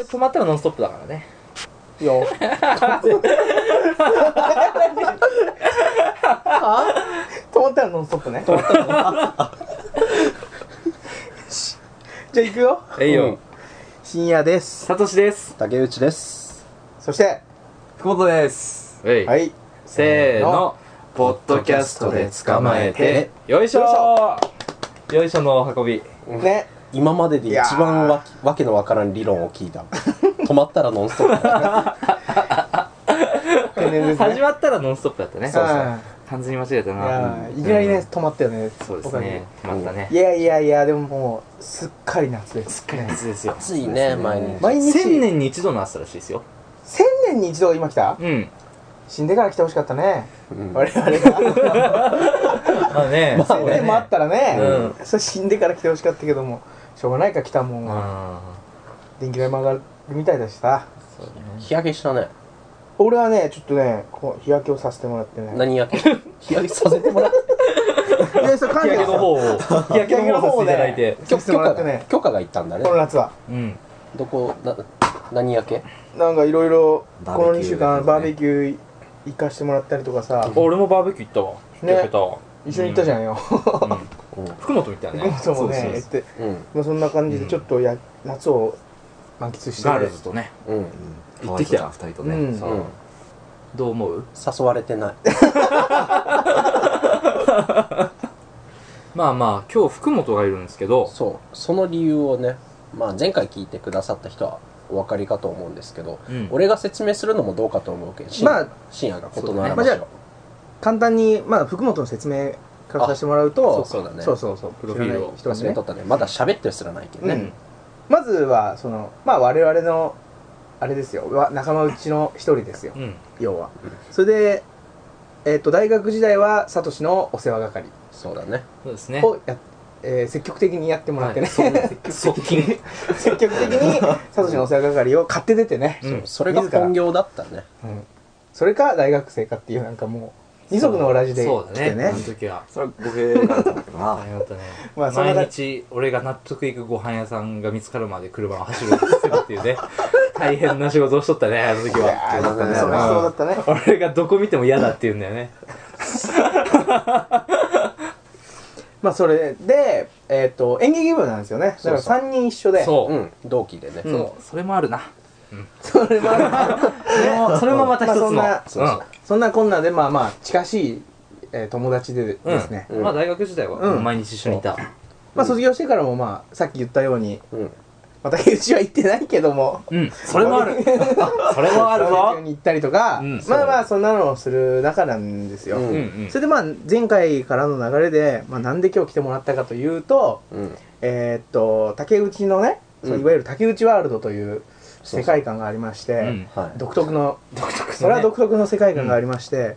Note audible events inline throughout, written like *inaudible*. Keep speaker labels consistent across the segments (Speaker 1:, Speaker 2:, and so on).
Speaker 1: 止まったらノンストップだからね。
Speaker 2: いや。は止まったらノンストップね。止まった *laughs* じゃあ行くよ。
Speaker 1: えいよ。
Speaker 2: 深夜です。
Speaker 1: サトシです。
Speaker 3: 竹内です。
Speaker 2: そして、
Speaker 4: 福本です。
Speaker 1: えい。
Speaker 2: はい。
Speaker 1: せーの。ポッドキャストで捕まえて。よいしょーよいしょの運び。
Speaker 2: ね。
Speaker 3: 今までで一番わわけのわからん理論を聞いた。止まったらノンストップだ。
Speaker 2: 天然ですね。
Speaker 1: 始まったらノンストップだったね。
Speaker 2: そう
Speaker 1: 完全に間違えた
Speaker 2: い
Speaker 1: な。
Speaker 2: やーいきなりね、止まったよね。
Speaker 1: そうですね。止まった
Speaker 2: おかげで。
Speaker 1: ね。
Speaker 2: いやいやいや、でももう、すっかり夏です。
Speaker 1: すっかり夏ですよ。
Speaker 3: 暑いね、毎日。
Speaker 2: 毎日。
Speaker 1: 千年に一度の暑さらしいですよ。
Speaker 2: 千年に一度今来た
Speaker 1: うん。
Speaker 2: 死んでから来てほしかったね。
Speaker 3: うん
Speaker 2: 我々が。
Speaker 1: *laughs* まあね。
Speaker 2: 千年もあったらね
Speaker 1: うん、
Speaker 2: それ死んでから来てほしかったけども、しょうがないか来たもん
Speaker 1: う
Speaker 2: が。
Speaker 1: ん。
Speaker 2: 電気代も上がるみたいだしさ
Speaker 1: そうだね。
Speaker 3: 日焼けしたね。
Speaker 2: 俺はねちょっとねこう日焼けをさせてもらってね
Speaker 3: 何焼け *laughs* 日焼けさせてもらって。
Speaker 2: いやそれ関
Speaker 1: 日焼
Speaker 2: 係ない
Speaker 1: けの方を、日焼けの方をさせていただいて。
Speaker 2: さ
Speaker 3: 許
Speaker 2: せてもら
Speaker 3: 可
Speaker 2: ってね
Speaker 3: が、許可がいったんだね
Speaker 2: この。夏は
Speaker 1: うん。
Speaker 3: どこ、な、何焼け
Speaker 2: なんかいろいろ
Speaker 4: バーベキュ
Speaker 2: こ
Speaker 4: ー
Speaker 2: の2週間バ
Speaker 4: バ
Speaker 2: ー
Speaker 4: ー
Speaker 2: ベ
Speaker 4: ベ
Speaker 2: キュー行かしてもらったりとかさ
Speaker 1: 俺もバーベキュー行ったわ。
Speaker 2: ね
Speaker 1: 行けたわ。
Speaker 2: 一緒に行ったじ
Speaker 1: ん。
Speaker 2: ゃんよ
Speaker 1: うん
Speaker 3: うん。
Speaker 1: 福本みたいなね。
Speaker 2: そうも
Speaker 1: そう
Speaker 2: ね
Speaker 1: そう
Speaker 2: 行
Speaker 1: そ
Speaker 2: って
Speaker 3: うん。
Speaker 2: まあそんな感じでちょっとや夏を満喫
Speaker 1: う
Speaker 2: して
Speaker 1: ガールズとね。
Speaker 3: うん。。
Speaker 1: 行ってきたよ
Speaker 4: 可愛い子ちゃん二人
Speaker 2: う
Speaker 4: とね。
Speaker 2: ん
Speaker 4: そううん
Speaker 1: どう思う
Speaker 3: 誘われてない。
Speaker 1: まあまあ、今日福本がいるんですけど、
Speaker 3: そう。その理由をね、まあ前回聞いてくださった人はお分かりかと思うんですけど、
Speaker 1: うん
Speaker 3: 俺が説明するのもどうかと思うけど、深
Speaker 2: ま
Speaker 3: 夜
Speaker 2: あ
Speaker 3: 深夜がこと
Speaker 1: そう
Speaker 3: の
Speaker 1: だ
Speaker 3: あ
Speaker 1: ね
Speaker 3: ら
Speaker 2: まあ
Speaker 3: ば
Speaker 2: じゃ
Speaker 3: し
Speaker 2: あ
Speaker 3: を。
Speaker 2: 簡単にまあ福本の説明からさせてもらうと
Speaker 3: あそうそうだね
Speaker 2: そうそうそう
Speaker 1: プロフィールを
Speaker 2: 知らない人
Speaker 3: 忘
Speaker 2: に
Speaker 3: れ
Speaker 2: ね
Speaker 3: とったね。まだ喋ってすらないけどね。
Speaker 2: うんまずはそのまあ我々のあれですよわ仲間内の一人ですよ
Speaker 1: うん。
Speaker 2: 要はそれで、えっと大学時代はサトシのお世話係
Speaker 3: そうだね。
Speaker 1: そうですね。
Speaker 2: をやっ、えー積極的にやってもらってね、
Speaker 1: はい側近。
Speaker 2: *laughs* 積極的にサトシのお世話係を買って出てね、
Speaker 1: うん
Speaker 3: それが本業だったね。
Speaker 2: うんそれか大学生かっていうなんかもう二足のわらじで
Speaker 1: そう
Speaker 2: 来
Speaker 1: だ
Speaker 2: て
Speaker 1: ね。
Speaker 2: ね
Speaker 1: あの時は。
Speaker 4: それは語弊があった
Speaker 1: *laughs*
Speaker 4: んだけど
Speaker 1: 大
Speaker 4: な。
Speaker 1: 変だったね。
Speaker 2: まあそんな
Speaker 1: 毎
Speaker 2: 感
Speaker 1: 日、俺が納得いくご飯屋さんが見つかるまで車を走るっていうね。 *laughs* 大変な仕事をしとったね、あの時
Speaker 2: いや
Speaker 1: は。
Speaker 2: ー
Speaker 4: そうだね
Speaker 2: 忙しそうだったね
Speaker 1: 俺がどこ見ても嫌だって言うんだよね。
Speaker 2: まあそれで、えっと演劇部なんですよねだから3人一緒で
Speaker 1: そうう。
Speaker 3: ん。同期でね。
Speaker 2: うん
Speaker 1: そう。それもあるな。
Speaker 2: それもある
Speaker 1: それも、それもまた一つの。
Speaker 2: まあ
Speaker 3: そんなそう
Speaker 2: そんなこんなでまあまあ近しい、えー友達で
Speaker 1: うん
Speaker 2: ですね、
Speaker 1: うんまあ大学時代は
Speaker 2: うん
Speaker 1: 毎日一緒にいた。
Speaker 2: まあ卒業してからもまあさっき言ったように
Speaker 3: うん。
Speaker 2: まあ竹内は行ってないけども
Speaker 1: うん。それもあ *laughs* る。それもある
Speaker 2: バーベキュー
Speaker 1: ぞ。
Speaker 2: に行ったりとか、
Speaker 1: うん
Speaker 2: まあまあそんなのをする中なんですよ、
Speaker 3: う
Speaker 1: うんんうん
Speaker 2: そ。れでまあ前回からの流れで、まあ、なんで今日来てもらったかというと
Speaker 3: うん。
Speaker 2: えーっと竹内のね、
Speaker 3: うん
Speaker 2: そのいわゆる竹内ワールドという
Speaker 3: そうそう
Speaker 2: 世界観がありまして
Speaker 1: うん
Speaker 3: はい。
Speaker 2: 独特の
Speaker 1: 独特のね
Speaker 2: それは独特の世界観がありまして、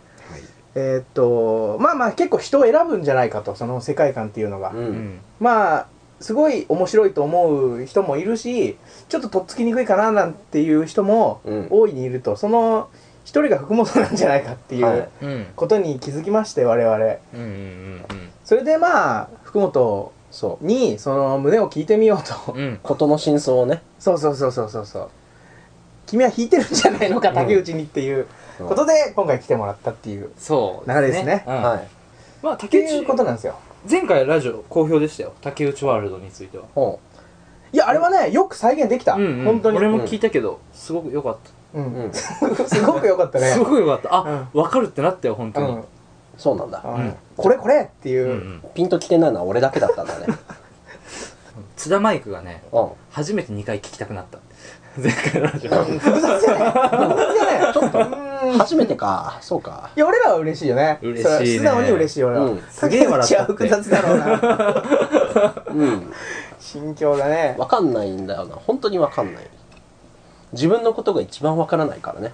Speaker 2: えーっとまあまあ結構人を選ぶんじゃないかとその世界観っていうのが、
Speaker 3: う。
Speaker 1: うんん。
Speaker 2: まあすごい面白いと思う人もいるしちょっととっつきにくいかななんていう人も
Speaker 3: うん
Speaker 2: 大いにいると、その一人が福本なんじゃないかってい
Speaker 3: は
Speaker 2: う
Speaker 3: い
Speaker 1: うん。
Speaker 2: ことに気づきまして我々
Speaker 1: うんうんうん
Speaker 2: それでまあ福本
Speaker 3: そ
Speaker 2: にその胸を聞いてみようと、
Speaker 1: うん。うん
Speaker 3: う。ことの真相をね。
Speaker 2: そうそうそうそうそうそう君は弾いてるんじゃないのか
Speaker 3: ん
Speaker 2: 竹内にっていうことで今回来てもらったっていう、
Speaker 1: そう
Speaker 2: 流れですね
Speaker 1: うん
Speaker 3: はい。
Speaker 1: まあ
Speaker 2: って
Speaker 1: 竹
Speaker 2: いうこと
Speaker 1: 内
Speaker 2: なんですよ
Speaker 1: 前回ラジオ好評でしたよ竹内ワールドについては
Speaker 3: ほ
Speaker 2: いやあれはねよく再現できた、
Speaker 1: うんうん
Speaker 2: 本当に、
Speaker 1: 俺
Speaker 2: う
Speaker 1: も聞いたけどすごく良かっ
Speaker 3: う。うん
Speaker 2: *laughs*
Speaker 3: ん。
Speaker 2: すごく良かった
Speaker 1: た
Speaker 2: ね
Speaker 1: すごく良かったあ
Speaker 2: う
Speaker 1: 分かるってなったよ本当に
Speaker 3: そうなんだ。
Speaker 2: うん
Speaker 1: うん
Speaker 2: これこれっていう、
Speaker 1: うんうん
Speaker 3: ピンときてないのは俺だけだったんだね。
Speaker 1: 津田マイクがね
Speaker 3: うん。
Speaker 1: 初めて2回聞きたくなった *laughs* 前回のラジオ
Speaker 2: 複雑じゃない複雑じゃないちょっとうん
Speaker 3: 初めてか。そうか。
Speaker 2: いや俺らは嬉しいよね
Speaker 1: 嬉しいね
Speaker 2: それは素直に嬉しい俺らは、
Speaker 3: うん
Speaker 1: すげえ笑っちゃって
Speaker 2: 竹内は複雑だろうな
Speaker 3: うん。
Speaker 2: 心境がね
Speaker 3: わかんないんだよな。本当にわかんない。自分のことが一番わからないからね。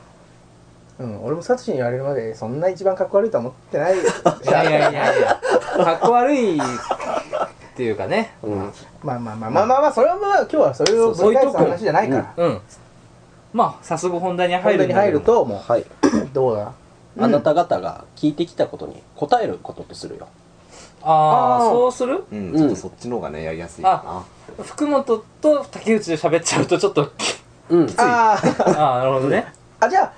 Speaker 2: うん、俺もサトシに言われるまでそんな一番かっこ悪いとは思ってない
Speaker 1: *laughs* いやいやいやいや *laughs* かっこ悪いっていうかね
Speaker 3: うん。
Speaker 2: まあまあまあまあまあまあそれはまあ今日はそれを分解す話じゃないから
Speaker 1: うんまあ早速本題に入
Speaker 2: 本当
Speaker 1: る
Speaker 2: に入るとも
Speaker 3: はい。
Speaker 2: うどうだ
Speaker 3: あなた方が聞いてきたことに答えることとするよ。
Speaker 1: ああ
Speaker 2: あー
Speaker 1: そうする
Speaker 4: うん。ちょっとそっちの方がね、やりやすいかな。
Speaker 1: 福本と竹内で喋っちゃうとちょっとき
Speaker 3: うん
Speaker 2: あー
Speaker 1: ああ、なるほどね。
Speaker 2: あじゃあ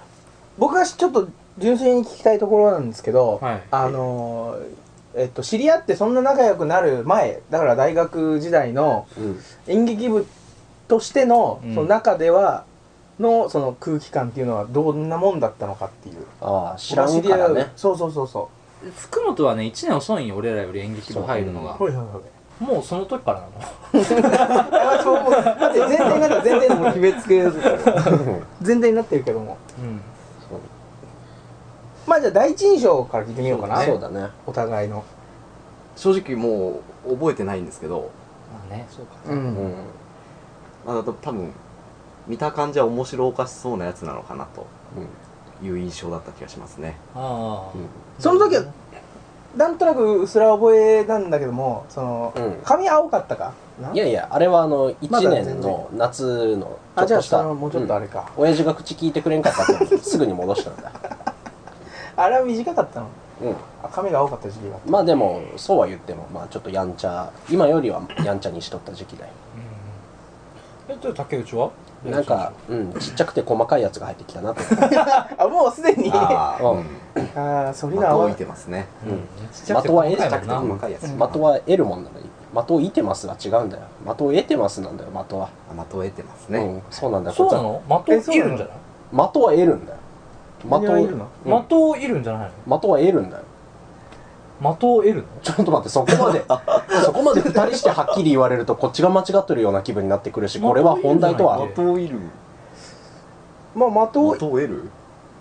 Speaker 2: 僕がちょっと純粋に聞きたいところなんですけど、
Speaker 1: はい
Speaker 2: あのーえっと、知り合ってそんな仲良くなる前だから大学時代の
Speaker 3: うん
Speaker 2: 演劇部としての,、
Speaker 1: うん
Speaker 2: その中ではのその空気感っていうのはどんなもんだったのかっていう
Speaker 3: ああ知らんから
Speaker 2: 僕が知り合
Speaker 3: ね
Speaker 2: うそうそうそうそ
Speaker 1: 福本はね、1年遅いんよ、俺らより演劇部入るのが
Speaker 2: う。はいはいはい
Speaker 1: もうその時からなの。
Speaker 2: あそう思うだって前提になった前提にもう決めつけ
Speaker 3: *laughs*
Speaker 2: 前提になってるけども
Speaker 1: うん。
Speaker 2: まあじゃあ第一印象から聞いてみようかな
Speaker 3: そうだね
Speaker 2: お互いの
Speaker 4: 正直もう覚えてないんですけど、
Speaker 1: まあね、そうか。
Speaker 2: う
Speaker 3: うんん
Speaker 4: まあ、だと多分、見た感じは面白おかしそうなやつなのかなという印象だった気がしますね。
Speaker 1: あ
Speaker 2: その時はなんとなくうっすら覚えなんだけどもその、
Speaker 3: うんうん
Speaker 2: 髪青かったかない
Speaker 3: やいやあれはあの
Speaker 2: まだ
Speaker 3: 1
Speaker 2: 全然
Speaker 3: 年の夏の
Speaker 2: あ
Speaker 3: ち
Speaker 2: じゃ
Speaker 3: ょっと
Speaker 2: あ
Speaker 3: し
Speaker 2: そ
Speaker 3: た
Speaker 2: のもうちょっとあ
Speaker 3: れ
Speaker 2: れか、
Speaker 3: 親父が口聞いてくれんかったからすぐに戻したんだ
Speaker 2: *laughs* あれは短かったの
Speaker 3: うん
Speaker 2: あ髪が青かった時期が
Speaker 3: まあでもそうは言ってもまあちょっとやんちゃ今よりはやんちゃにしとった時期だよ
Speaker 1: あ。え、じゃあ竹内は
Speaker 3: なんか、うん、ちっちゃくて細かいやつが入ってきたなって、
Speaker 2: あもうすでにあ
Speaker 4: ああ、
Speaker 3: うん
Speaker 4: うん。
Speaker 2: あそれ
Speaker 4: ま
Speaker 2: が
Speaker 4: あ、
Speaker 2: 青
Speaker 4: いてますね。
Speaker 3: うん、
Speaker 1: ちっち
Speaker 3: 的
Speaker 1: ゃくて
Speaker 3: は
Speaker 1: 細
Speaker 3: 得
Speaker 1: かいもん
Speaker 3: たくて
Speaker 1: な。
Speaker 4: 細かいやつ。
Speaker 2: うん
Speaker 4: ま
Speaker 3: 的は得るもんなのに的を射てますが違うんだよ的を得てますなんだよ的は、
Speaker 4: あ、まとえてますね。
Speaker 3: うん、そうなんだよ
Speaker 1: そうな
Speaker 3: こ
Speaker 1: の的
Speaker 2: え
Speaker 1: を
Speaker 2: そう
Speaker 1: い
Speaker 2: なの
Speaker 1: るんじゃない
Speaker 3: いつは的は得るんだよ的
Speaker 2: 何を
Speaker 3: を
Speaker 2: 得るの
Speaker 3: うん
Speaker 1: 的をいるんじゃない
Speaker 3: 的は得るんだよ
Speaker 1: の的を得るの
Speaker 3: ちょっと待ってそこまでそこまで2人してはっきり言われるとこっちが間違ってるような気分になってくるしこれは本題と
Speaker 1: う
Speaker 3: は
Speaker 1: ん
Speaker 4: 的をいる。
Speaker 2: まあ的
Speaker 4: 的
Speaker 2: を
Speaker 4: を得る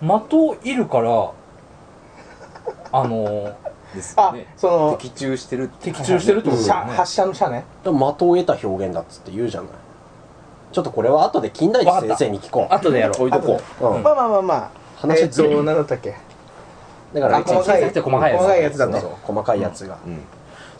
Speaker 1: 的をいるから、あのー、
Speaker 4: ですよ
Speaker 2: あ、
Speaker 4: ね。
Speaker 2: その
Speaker 4: 的中してるって。
Speaker 1: 的中してるってこと
Speaker 2: 射
Speaker 1: だよね。
Speaker 2: 発射の射ね
Speaker 3: でも的を得た表現だっつって言うじゃないちょっとこれは後で金田一先生に聞こう
Speaker 1: 後でやろう。
Speaker 4: 置いとこ
Speaker 3: う、ん
Speaker 2: まあまあまあまあえ
Speaker 3: 話
Speaker 2: っ
Speaker 3: ずれ
Speaker 2: と
Speaker 3: る
Speaker 2: 何だったっけ
Speaker 3: だから
Speaker 2: あ細かい
Speaker 1: 小さくて細かいやつ。
Speaker 2: 細かいやつだ
Speaker 3: そう
Speaker 2: ね
Speaker 3: そう細かいやつが、
Speaker 4: う。うん。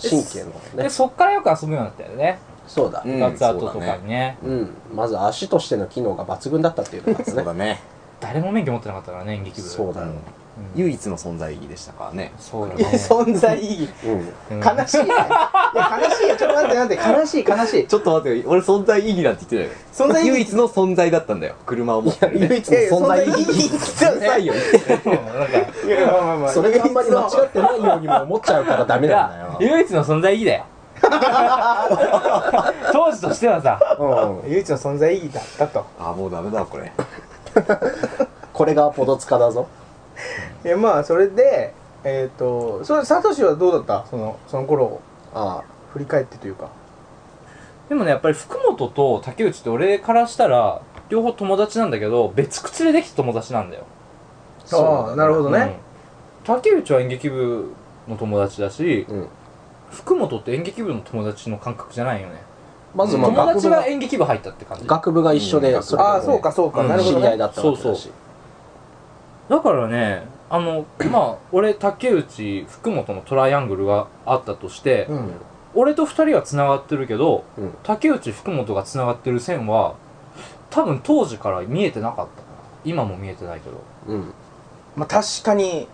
Speaker 3: 神経のね
Speaker 1: で、そっからよく遊ぶようになったよね。
Speaker 3: そうだ
Speaker 4: う
Speaker 1: 部
Speaker 4: ん
Speaker 1: 活後と
Speaker 4: そう
Speaker 1: か
Speaker 4: だ
Speaker 1: に
Speaker 4: ね
Speaker 1: ね。
Speaker 3: うん、まず足としての機能が抜群だったっていうのがです
Speaker 4: *laughs* そう
Speaker 3: ね
Speaker 4: だね。
Speaker 1: 誰も免許持ってなかったからね、演劇部。
Speaker 3: そうだよ、
Speaker 1: うん
Speaker 4: 唯一の存在意義でしたからね。
Speaker 1: そうだ
Speaker 2: いや
Speaker 1: ね。
Speaker 2: 存在意義
Speaker 3: うん、
Speaker 1: うん
Speaker 2: 悲しいねいや悲しいよちょっと待って待って悲しい悲しい
Speaker 4: ちょっと待ってよ、俺存在意義なんて言ってたよ。
Speaker 2: 存在意義
Speaker 4: 唯一の存在だったんだよ。車を持ってる、ね。
Speaker 3: 唯一の存在意義
Speaker 2: 存
Speaker 4: うるさ
Speaker 2: 在意義
Speaker 4: いよ、言って。
Speaker 1: そうなんか
Speaker 2: いやまあまあまあ
Speaker 3: それがあんまり間違ってないようにも思っちゃうからダメなんだよ、
Speaker 1: 唯一の存在意義だよ当時としてはさ
Speaker 3: うん、
Speaker 2: 唯一の存在意義だったと
Speaker 4: あ、もうダメだ、これ。
Speaker 3: これがポドツカだぞ
Speaker 2: いやまあそれでえっ、とそれサトシはどうだったそのその頃を
Speaker 3: あ
Speaker 2: 振り返ってというか
Speaker 1: でもねやっぱり福本と竹内って俺からしたら両方友達なんだけど別口でできた友達なんだよ、
Speaker 3: あそうだね
Speaker 2: ああなるほど
Speaker 1: う
Speaker 2: ね
Speaker 1: ん、竹内は演劇部の友達だし
Speaker 3: うん、
Speaker 1: 福本って演劇部の友達の感覚じゃないよね
Speaker 3: まずまあ
Speaker 1: 友
Speaker 3: 学
Speaker 1: 達
Speaker 3: 部
Speaker 1: が
Speaker 3: が
Speaker 1: 演劇部入ったって感じだ
Speaker 3: 学部が一緒で、
Speaker 4: うん
Speaker 3: れ
Speaker 2: あ
Speaker 3: が
Speaker 2: あそうかそうか、
Speaker 1: うん
Speaker 2: なるほ
Speaker 3: 知
Speaker 2: ど
Speaker 3: り合い
Speaker 2: ね
Speaker 3: だったわけ
Speaker 1: そ
Speaker 3: だ
Speaker 1: うそ
Speaker 3: し
Speaker 1: からねあのまあ俺竹内福本のトライアングルがあったとして、
Speaker 2: うん
Speaker 1: 俺と二人は繋がってるけど、
Speaker 3: うん
Speaker 1: 竹内福本が繋がってる線は多分当時から見えてなかったな今も見えてないけど
Speaker 3: うん
Speaker 2: まあ確かに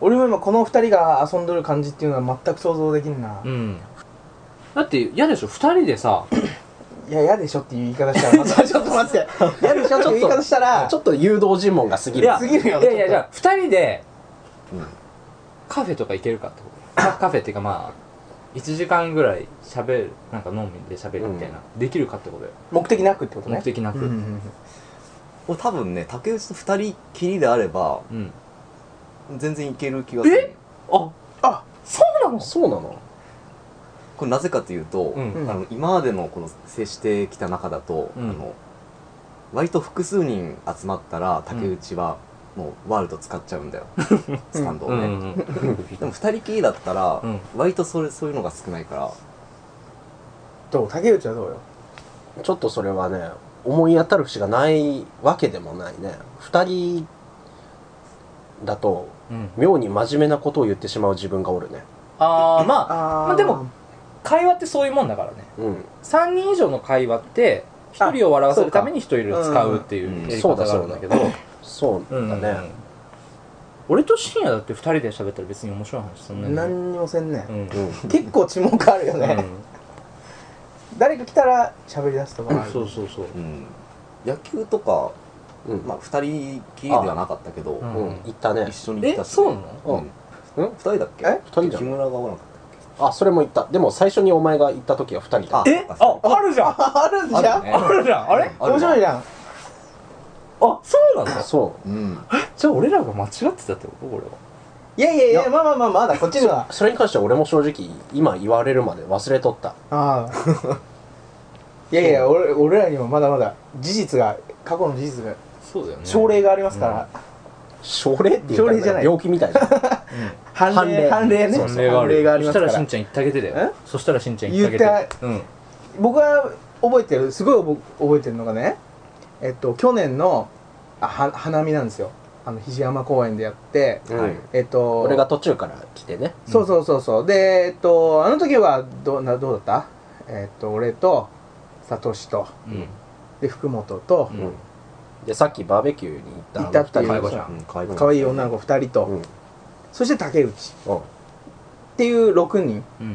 Speaker 2: 俺も今この二人が遊んどる感じっていうのは全く想像できんな、
Speaker 1: うんだって嫌でしょ二人でさ
Speaker 2: いや嫌でしょっていう言い方したらまたちょっと待って *laughs* 嫌でしょっていう言い方したら
Speaker 3: ちょっと誘導尋問が過ぎる
Speaker 1: や
Speaker 2: すぎるよ
Speaker 1: いやいやじゃあ二人で
Speaker 4: うん
Speaker 1: カフェとか行けるかってことカカフェっていうかまあ1時間ぐらい喋るなんか飲みで喋るみたいな、できるかってことよ
Speaker 2: 目的なくってことね
Speaker 1: 目的なく
Speaker 2: うんうんうん
Speaker 4: これ多分ね、竹内と二人きりであれば、
Speaker 1: うん
Speaker 4: 全然いける気がする。
Speaker 1: あ
Speaker 2: あ
Speaker 1: そうなの
Speaker 3: そうなの
Speaker 4: これなぜかというと、
Speaker 1: うん
Speaker 2: うん
Speaker 4: あの今までのこの接してきた中だと、
Speaker 1: うん
Speaker 4: あの割と複数人集まったら竹内はもうワールド使っちゃうんだよ、スタンドを
Speaker 1: うん
Speaker 4: ね、
Speaker 1: うんうん
Speaker 4: でも二人きりだったら、
Speaker 1: うん
Speaker 4: 割とそれそういうのが少ないから
Speaker 2: どう竹内はどうよ
Speaker 3: ちょっとそれはね思い当たる節がないわけでもないね二人だと
Speaker 1: うん
Speaker 3: 妙に真面目なことを言ってしまう自分がおるね
Speaker 1: ああまあ
Speaker 2: あ
Speaker 1: まあでも会話ってそういうもんだからね
Speaker 3: うん
Speaker 1: 3人以上の会話って1人を笑わせるために1人を使うっていうやり方があるんだけど
Speaker 3: そうだ
Speaker 1: うんうん
Speaker 3: ね、
Speaker 1: 俺と深夜だって2人で喋ったら別に面白い話そんなにうん
Speaker 2: 何にもせんね、
Speaker 1: うん
Speaker 3: うん
Speaker 2: 結構沈黙あるよね、誰か来たら喋り出すとかある
Speaker 1: そうそうそう
Speaker 4: うん野球とか、
Speaker 3: うん
Speaker 4: まあ、2人きりではなかったけど、
Speaker 1: あ
Speaker 3: うん、行ったね
Speaker 4: 一緒に行っ
Speaker 1: え
Speaker 4: たし、
Speaker 1: そうなの
Speaker 3: うん
Speaker 4: うん、2人だっけ
Speaker 3: え二人じゃん
Speaker 4: 木村がおらなかっ
Speaker 3: あそれも行ったでも最初にお前が行った時は2人だ
Speaker 4: たっけ
Speaker 2: えあ、あるじゃん *laughs* あるじゃん
Speaker 1: ね
Speaker 2: あるじゃんあれ
Speaker 4: ある
Speaker 2: 面白いじゃん
Speaker 1: あそうなの
Speaker 3: そ
Speaker 4: うん
Speaker 1: じゃあ俺らが間違ってたってことこれはい
Speaker 2: やいやいや、まあまあまあ、まだこっちの
Speaker 3: *laughs*
Speaker 2: は
Speaker 3: うそれに関しては俺も正直今言われるまで忘れとった
Speaker 2: ああいやいや俺俺らにもまだまだ事実が過去の事実が
Speaker 1: そうだよね
Speaker 2: 症例がありますから、
Speaker 3: 症例っていう
Speaker 2: 症
Speaker 3: か
Speaker 2: 例じゃない
Speaker 3: 病気みたいな
Speaker 2: 判例
Speaker 3: 判
Speaker 2: 判
Speaker 3: 例
Speaker 2: 例ね
Speaker 3: そう
Speaker 1: 例があ
Speaker 2: 判例
Speaker 1: る
Speaker 2: があ
Speaker 1: よ
Speaker 2: り
Speaker 1: そした
Speaker 2: ますから
Speaker 1: しん
Speaker 2: ら
Speaker 1: ちゃん言ってあげてだよそしたらしんちゃん言って
Speaker 2: 言
Speaker 1: あ
Speaker 2: っ
Speaker 1: げてうん
Speaker 2: 僕が覚えてるすごい覚覚えてるのがねえっと去年のあは花見なんですよあの肘山公園でやって
Speaker 3: うん
Speaker 4: はい
Speaker 2: えっと
Speaker 3: 俺が途中から来てね
Speaker 2: そうそうそうそうでえっとあの時はどうなどうだったえっと俺とサトシと
Speaker 1: うん
Speaker 2: で福本と
Speaker 1: うん
Speaker 3: でさっきバーベキューに行った
Speaker 2: 行ったっていう
Speaker 3: あの二
Speaker 1: 介護者
Speaker 4: うん介護者
Speaker 2: 可愛い女の子2人と、
Speaker 3: 人うん
Speaker 2: そして竹内っ
Speaker 3: うん
Speaker 2: ていう6人
Speaker 1: うん
Speaker 4: うん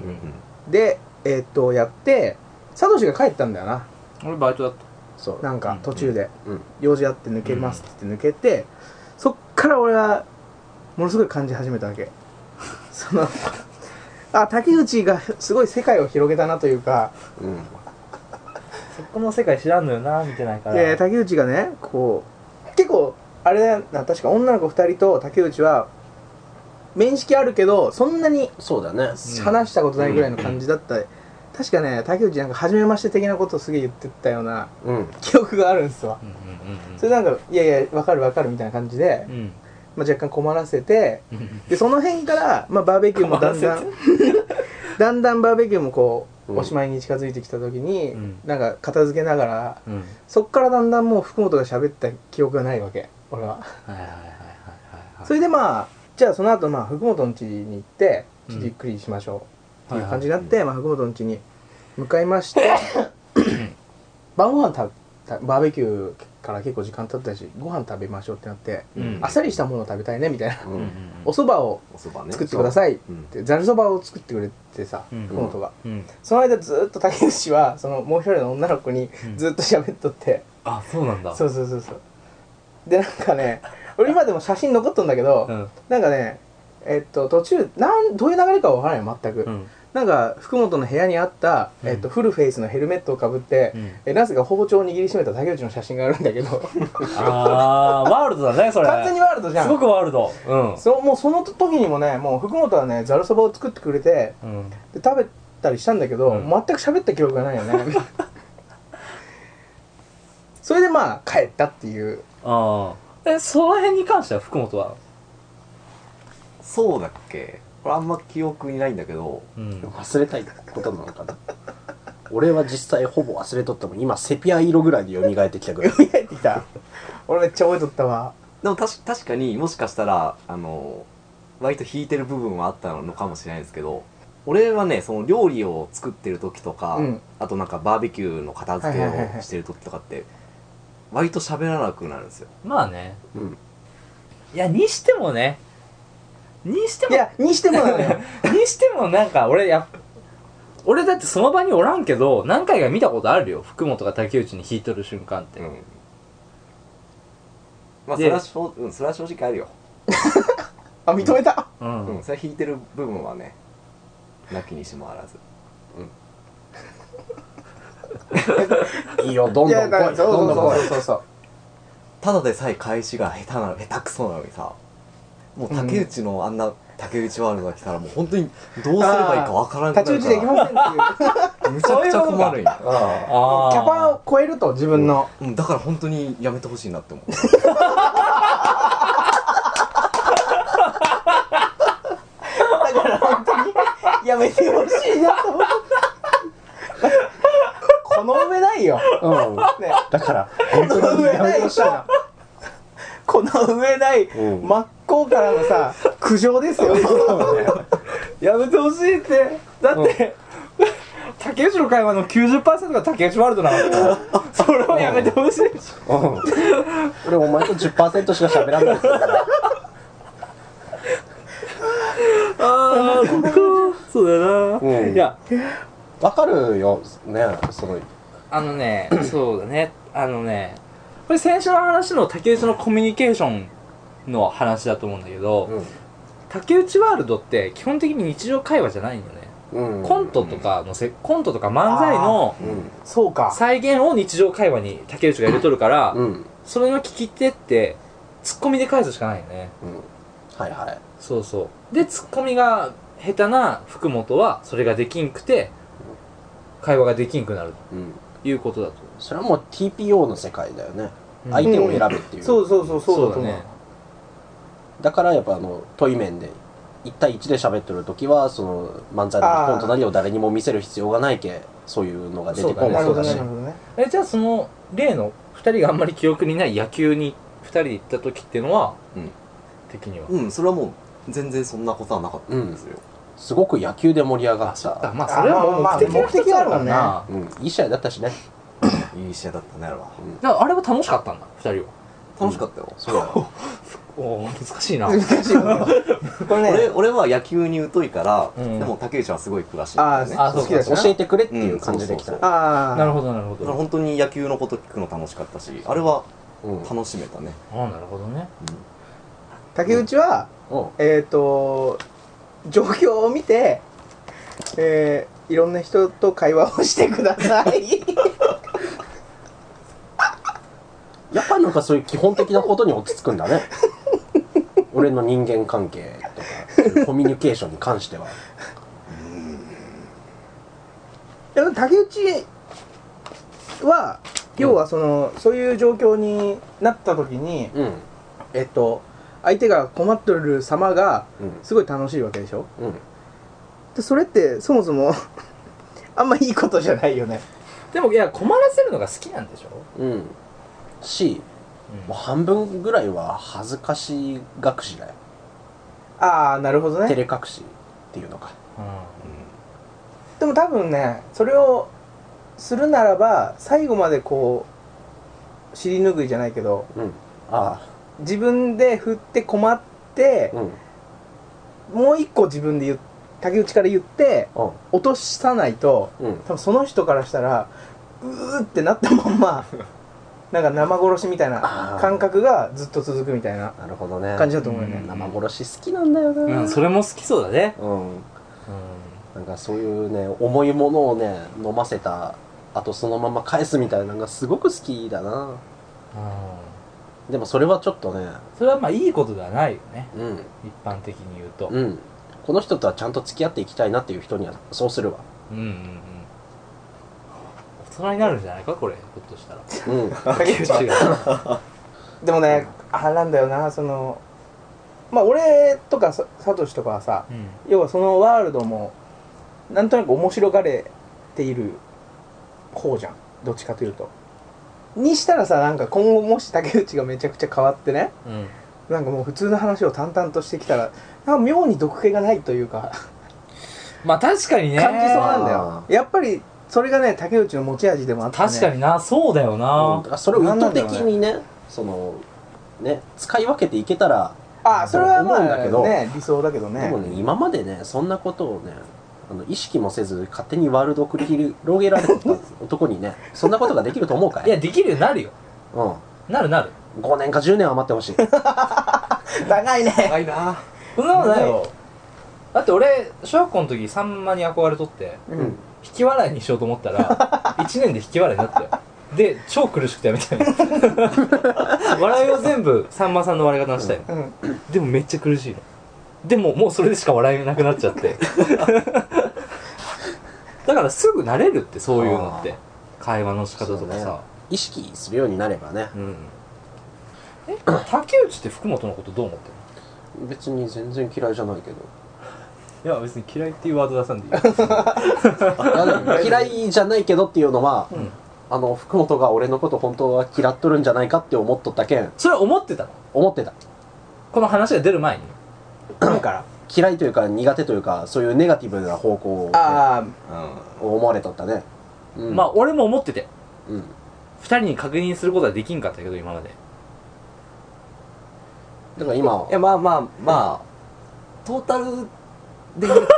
Speaker 4: うん
Speaker 2: でえっとやってサトシが帰ったんだよな
Speaker 1: 俺バイトだった
Speaker 3: そう
Speaker 2: なん
Speaker 1: う
Speaker 2: か
Speaker 1: ん
Speaker 2: 途中で
Speaker 3: うん
Speaker 2: 用事あって抜けますって言って抜けて、そっから俺はものすごい感じ始めたわけ *laughs* そのあ竹内がすごい世界を広げたなというか、
Speaker 3: うん
Speaker 1: そこの世界知らんのよな見てないか
Speaker 2: えー竹内がねこう結構あれだな確か女の子2人と竹内は面識あるけどそんなに
Speaker 3: そうだね
Speaker 1: うん
Speaker 2: 話したことないぐらいの感じだった、確かね竹内なんか初めまして的なことをすげえ言ってったような *laughs*
Speaker 3: うん
Speaker 2: 記憶があるんですわ
Speaker 1: うんうんうんうん
Speaker 2: それなんか「いやいやわかるわかる」みたいな感じで
Speaker 1: う、ん
Speaker 2: まあ、若干困らせてでその辺から、まあ、バーベキューもだんだん *laughs* だんだんバーベキューもこう、
Speaker 3: うん
Speaker 2: おしまいに近づいてきた時に、
Speaker 1: うん
Speaker 2: なんか片付けながら
Speaker 1: うん
Speaker 2: そっからだんだんもう福本が喋った記憶がないわけ俺は、
Speaker 1: はいはいはいはいはい
Speaker 2: それでまあじゃあその後まあ福本の家に行ってちょっとゆっくりしましょう、
Speaker 1: うん
Speaker 2: っていう感じになって、まあ、福本の家に向かいまして晩ご飯食べバーベキューから結構時間経ったしご飯食べましょうってなって、
Speaker 1: うん
Speaker 2: あっさりしたものを食べたいねみたいな、
Speaker 1: う
Speaker 3: う
Speaker 1: ん
Speaker 3: ん
Speaker 1: うん
Speaker 2: お蕎麦を
Speaker 4: おそばね
Speaker 2: 作ってくださいっ
Speaker 4: うん
Speaker 2: てざるそばを作ってくれてさ
Speaker 1: うん
Speaker 2: 福本が
Speaker 1: うん
Speaker 2: その間ずっと竹内はそのもう一人の女の子に
Speaker 1: うん
Speaker 2: ずっと喋っとって
Speaker 1: あそうなんだ
Speaker 2: そうそうそうそうでなんかね俺今でも写真残っとんだけど
Speaker 1: うん
Speaker 2: なんかねえっと途中なんどういう流れかわからない全
Speaker 1: う
Speaker 2: く
Speaker 1: ん
Speaker 2: なんか福本の部屋にあったえっとフルフェイスのヘルメットをかぶって
Speaker 1: うん
Speaker 2: えなぜか包丁を握りしめた竹内の写真があるん
Speaker 1: *laughs*
Speaker 2: だけど
Speaker 1: あーワールドだねそれ
Speaker 2: 完全にワールドじゃ
Speaker 1: すご
Speaker 2: ん
Speaker 1: くワールドうん
Speaker 2: そもうその時にもねもう福本はねざるそばを作ってくれて
Speaker 1: うん
Speaker 2: で食べたりしたんだけど、
Speaker 1: うん
Speaker 2: 全く喋った記憶がない
Speaker 1: *laughs*
Speaker 2: よねそれでまあ帰ったっていう
Speaker 1: ああえその辺に関しては福本は
Speaker 4: そうだっけこれあんま記憶にないんだけど
Speaker 1: うん
Speaker 3: 忘れたいことなのかな俺は実際ほぼ忘れとっても今セピア色ぐらいで蘇ってきたぐ
Speaker 2: *laughs*
Speaker 3: らい
Speaker 2: 蘇ってきた俺めっちゃ覚えとったわ
Speaker 4: でもたし確かにもしかしたらあの割と引いてる部分はあったのかもしれないですけど俺はねその料理を作ってる時とか、
Speaker 2: うん
Speaker 4: あとなんかバーベキューの片付け
Speaker 2: はいはいはいは
Speaker 4: を
Speaker 2: い
Speaker 4: してる時とかって割と喋らなくなるんですよ
Speaker 1: まあね
Speaker 3: うん
Speaker 1: いやにしてもねにして
Speaker 2: い
Speaker 1: も
Speaker 2: やにしてもな
Speaker 1: *laughs*
Speaker 2: のよ
Speaker 1: にしてもなんか俺や俺だってその場におらんけど何回か見たことあるよ福本が竹内に引いとる瞬間って、
Speaker 4: うんまあそ
Speaker 1: で
Speaker 4: れはしょう、うん、それは正直あるよ、
Speaker 2: あ認めた
Speaker 1: うん
Speaker 4: うん、それは引いてる部分はねなきにしもあらず
Speaker 3: いいよどん
Speaker 2: い
Speaker 3: ど
Speaker 2: や
Speaker 3: ん
Speaker 2: だか
Speaker 3: 来
Speaker 2: ら
Speaker 3: い
Speaker 2: そう
Speaker 3: どん
Speaker 2: そ
Speaker 3: ど
Speaker 2: うんそ
Speaker 3: 来
Speaker 2: う
Speaker 3: い
Speaker 2: そうそう
Speaker 4: ただでさえ返しが下手なの下手くそなのにさもう竹内のあんな竹内ワールドが来たらもう本当にどうすればいいかわからんくな
Speaker 2: 太刀打
Speaker 4: る
Speaker 2: ちでき
Speaker 4: か
Speaker 2: ませんっていう
Speaker 4: らむちゃくちゃ困るんや
Speaker 3: あ
Speaker 1: あ
Speaker 2: キャパ
Speaker 1: を
Speaker 2: を超えると自分の、
Speaker 4: うんだから本当にやめてほしいなって思う
Speaker 2: だから本当にやめてほしいなと思ったこの上ないよ、
Speaker 3: あうん
Speaker 2: ね、
Speaker 3: だから
Speaker 2: この上ないさこの上ない
Speaker 3: うん
Speaker 2: 真っ向からのさ苦情ですよ
Speaker 1: やめてほしいってだ *laughs* って、竹内の会話の90%が竹内ワールドな *laughs* のそれをやめてほしいし
Speaker 3: うん俺お前と10%しか喋らないから
Speaker 1: ああそっかそうだな、
Speaker 3: うん
Speaker 1: いや
Speaker 3: わかるよねその
Speaker 1: あのねそうだねあのねこれ先週の話の竹内のコミュニケーションの話だと思うんだけど、竹内ワールドって基本的に日常会話じゃないのね、
Speaker 3: うん
Speaker 1: コントとかのせコントとか漫才の
Speaker 3: うん
Speaker 2: そうか
Speaker 1: 再現を日常会話に竹内が入れとるから、
Speaker 3: うんうん
Speaker 1: それの聞き手ってツッコミで返すしかないよね
Speaker 3: はいはい
Speaker 1: そうそうでツッコミが下手な福本はそれができんくて会話ができんくなる
Speaker 3: うん
Speaker 1: ということだと思
Speaker 3: それはもう TPO の世界だよね
Speaker 1: うん
Speaker 3: 相手を選ぶっていう
Speaker 2: そうそうそうそうだ
Speaker 1: そ
Speaker 2: と
Speaker 1: うだ
Speaker 2: 思
Speaker 1: ね
Speaker 2: う
Speaker 3: だからやっぱあの対面で1対1で喋ってる時はその漫才
Speaker 2: あ
Speaker 3: の
Speaker 2: ー
Speaker 3: コントなりを誰にも見せる必要がないけそういうのが出てこ
Speaker 1: そうだね
Speaker 2: な
Speaker 3: な
Speaker 2: るほど
Speaker 3: いそうだ
Speaker 2: ね
Speaker 3: し
Speaker 2: なるほどね
Speaker 1: えじゃあその例の2人があんまり記憶にない野球に2人で行った時っていうのは、
Speaker 4: うん
Speaker 1: 的には、
Speaker 4: うんそれはもう全然そんなことはなかったんですよ、
Speaker 3: すごく野球で盛り上が
Speaker 1: あ
Speaker 3: っ
Speaker 1: そったかまあそれはもう
Speaker 2: あまあ
Speaker 1: 目的が一つだから
Speaker 2: 目的ある
Speaker 1: な、
Speaker 3: うんいい試合だったしね
Speaker 4: いい試合だったねあれは
Speaker 1: だからあれは楽しかったんだ2人は
Speaker 4: 楽しかったよ、
Speaker 3: そうだよ
Speaker 1: おお難 *laughs* しいな
Speaker 2: 難しいよねこれ
Speaker 4: 俺
Speaker 2: ね
Speaker 4: 俺は野球に疎いから、
Speaker 1: うん
Speaker 4: でも竹内はすごい詳しいんだ
Speaker 2: あ
Speaker 4: よね
Speaker 1: あ
Speaker 2: あ好きだしな
Speaker 3: 教えてくれっていう感じで来た
Speaker 4: うんそうそうそ
Speaker 2: ああ
Speaker 1: なるほどなるほ
Speaker 4: だから
Speaker 1: ど
Speaker 4: 本当に野球のこと聞くの楽しかったしあれは
Speaker 3: うん
Speaker 4: 楽しめた *laughs* ね、
Speaker 1: ああなるほどね
Speaker 2: 竹内は
Speaker 3: うん
Speaker 2: えっと状況を見てえーいろんな人と会話をしてください
Speaker 3: やっぱりなんかそういう基本的なことに落ち着くんだね俺の人間関係とかそういうコミュニケーションに関しては
Speaker 2: でも竹内は要はその、そういう状況になった時に
Speaker 3: うん
Speaker 2: えっと相手が困ってる様が
Speaker 3: うん
Speaker 2: すごい楽しいわけでしょ
Speaker 3: うん
Speaker 2: でそれってそもそも *laughs* あんまいいことじゃないよね
Speaker 1: でもいや困らせるのが好きなんでしょ、
Speaker 3: うんしもう半分ぐらいは恥ずかしい隠しだよ
Speaker 2: ああなるほど
Speaker 3: 照
Speaker 2: ね
Speaker 3: れ隠しっていうのか
Speaker 2: でも多分ねそれをするならば最後までこう尻拭いじゃないけど
Speaker 3: うんあ
Speaker 2: 自分で振って困って
Speaker 3: あう、んうん
Speaker 2: もう一個自分で言う竹内から言って落とさないと
Speaker 3: うん
Speaker 2: 多分その人からしたらうーってなったまんまなんか生殺しみたい
Speaker 3: あ
Speaker 2: な
Speaker 3: ー
Speaker 2: 感覚がずっと続くみたいな
Speaker 3: なるほどね
Speaker 2: 感じだと思うよ
Speaker 1: う
Speaker 2: ね
Speaker 1: ん
Speaker 3: 生殺し好きなんだよな
Speaker 1: うん、うん、それも好きそうだね
Speaker 3: う
Speaker 1: う、
Speaker 3: んなんかそういうね重いものをね飲ませたあとそのまま返すみたいなのがすごく好きだなんでもそれはちょっとね
Speaker 1: それはまあいいことではないよね
Speaker 3: うん
Speaker 1: 一般的に言うと
Speaker 3: うんこの人とはちゃんと付き合っていきたいなっていう人にはそうするわ
Speaker 1: うんうんうん大人になるんじゃないかこれひょっとしたら
Speaker 3: うん
Speaker 2: 竹内
Speaker 1: 違う
Speaker 2: でもねあれなんだよなそのまあ俺とかさサトシとかはさ
Speaker 1: うん
Speaker 2: 要はそのワールドもなんとなく面白がれている方じゃんどっちかというとにしたらさなんか今後もし竹内がめちゃくちゃ変わってね
Speaker 1: うん
Speaker 2: なんかもう普通の話を淡々としてきたらなんか妙に毒気がないというか
Speaker 1: まあ確かにね
Speaker 2: 感じそうなんだ
Speaker 3: あ
Speaker 2: よやっぱりそれがね竹内の持ち味でもあって、ね、
Speaker 1: 確かになそうだよ
Speaker 3: うん
Speaker 1: な
Speaker 3: だからそれを意図的にねそのね使い分けていけたら
Speaker 2: ああそれはま
Speaker 3: 思うんだけど
Speaker 2: あね理想だけどね
Speaker 3: でもね今までねそんなことをねあの意識もせず勝手にワールドを繰り広げられてた男にねそんなことができると思うかい
Speaker 1: いやできるようになるよ
Speaker 3: うん、
Speaker 1: なるなる
Speaker 3: 5年か10年は待ってほしい
Speaker 2: 長いね
Speaker 4: 長いな
Speaker 1: そんなことないよだって俺小学校の時さんまに憧れとって
Speaker 2: うん
Speaker 1: 引き笑いにしようと思ったら1年で引き笑いになったよで超苦しくてやめたよ笑いを全部さんまさんの笑い方にしたよ
Speaker 2: うん
Speaker 1: でもめっちゃ苦しいのでももうそれでしか笑えなくなっちゃってだからすぐ慣れるってそういうのって会話の仕方とかさ
Speaker 3: 意識するようになればね
Speaker 1: うんえ竹内って福本のことどう思ってる
Speaker 3: 別に全然嫌いじゃないけど
Speaker 1: のいや別に嫌いっていうワード出さんでいい
Speaker 3: いやでも嫌いじゃないけどっていうのは、
Speaker 1: ん
Speaker 3: あの福本が俺のこと本当は嫌っとるんじゃないかって思っとったけん
Speaker 1: *laughs* それは思ってたの
Speaker 3: 思ってた
Speaker 1: この話が出る前に
Speaker 2: 今から
Speaker 3: 嫌いというか苦手というかそういうネガティブな方向を
Speaker 2: あ
Speaker 4: う
Speaker 3: 思われとったね、うん、
Speaker 1: まあ俺も思ってて
Speaker 3: うん
Speaker 1: 二人に確認することはできんかったけど今まで
Speaker 3: だから今
Speaker 4: んいやまあまあまあトータルで言うとね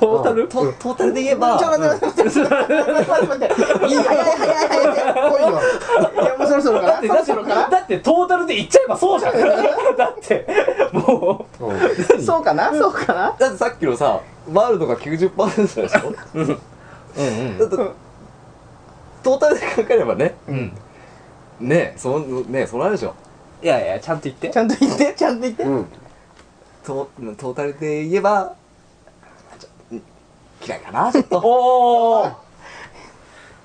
Speaker 1: トータル
Speaker 4: トトータルで言えば
Speaker 2: ちょっと待って待って待って。いい早い早い早い早い。来いよ。いやもうそろそろかな。そ
Speaker 1: だ
Speaker 2: ろ
Speaker 1: って
Speaker 2: そろか
Speaker 1: だってトータルでいっちゃえばそうじゃんだってもう
Speaker 3: うん
Speaker 2: な。そうかなそうかな。
Speaker 4: だってさっきのさワールドが90%でしょ
Speaker 1: うん
Speaker 4: だってトータルで考えればね
Speaker 1: うん
Speaker 4: ねえそんねえそんなあれでしょ
Speaker 1: いやいやちゃんと言って
Speaker 2: ちゃんと言ってちゃんと言って。
Speaker 3: うん
Speaker 4: トートータルで言えばちょ嫌いかなちょっ
Speaker 1: *laughs*
Speaker 4: と
Speaker 1: おお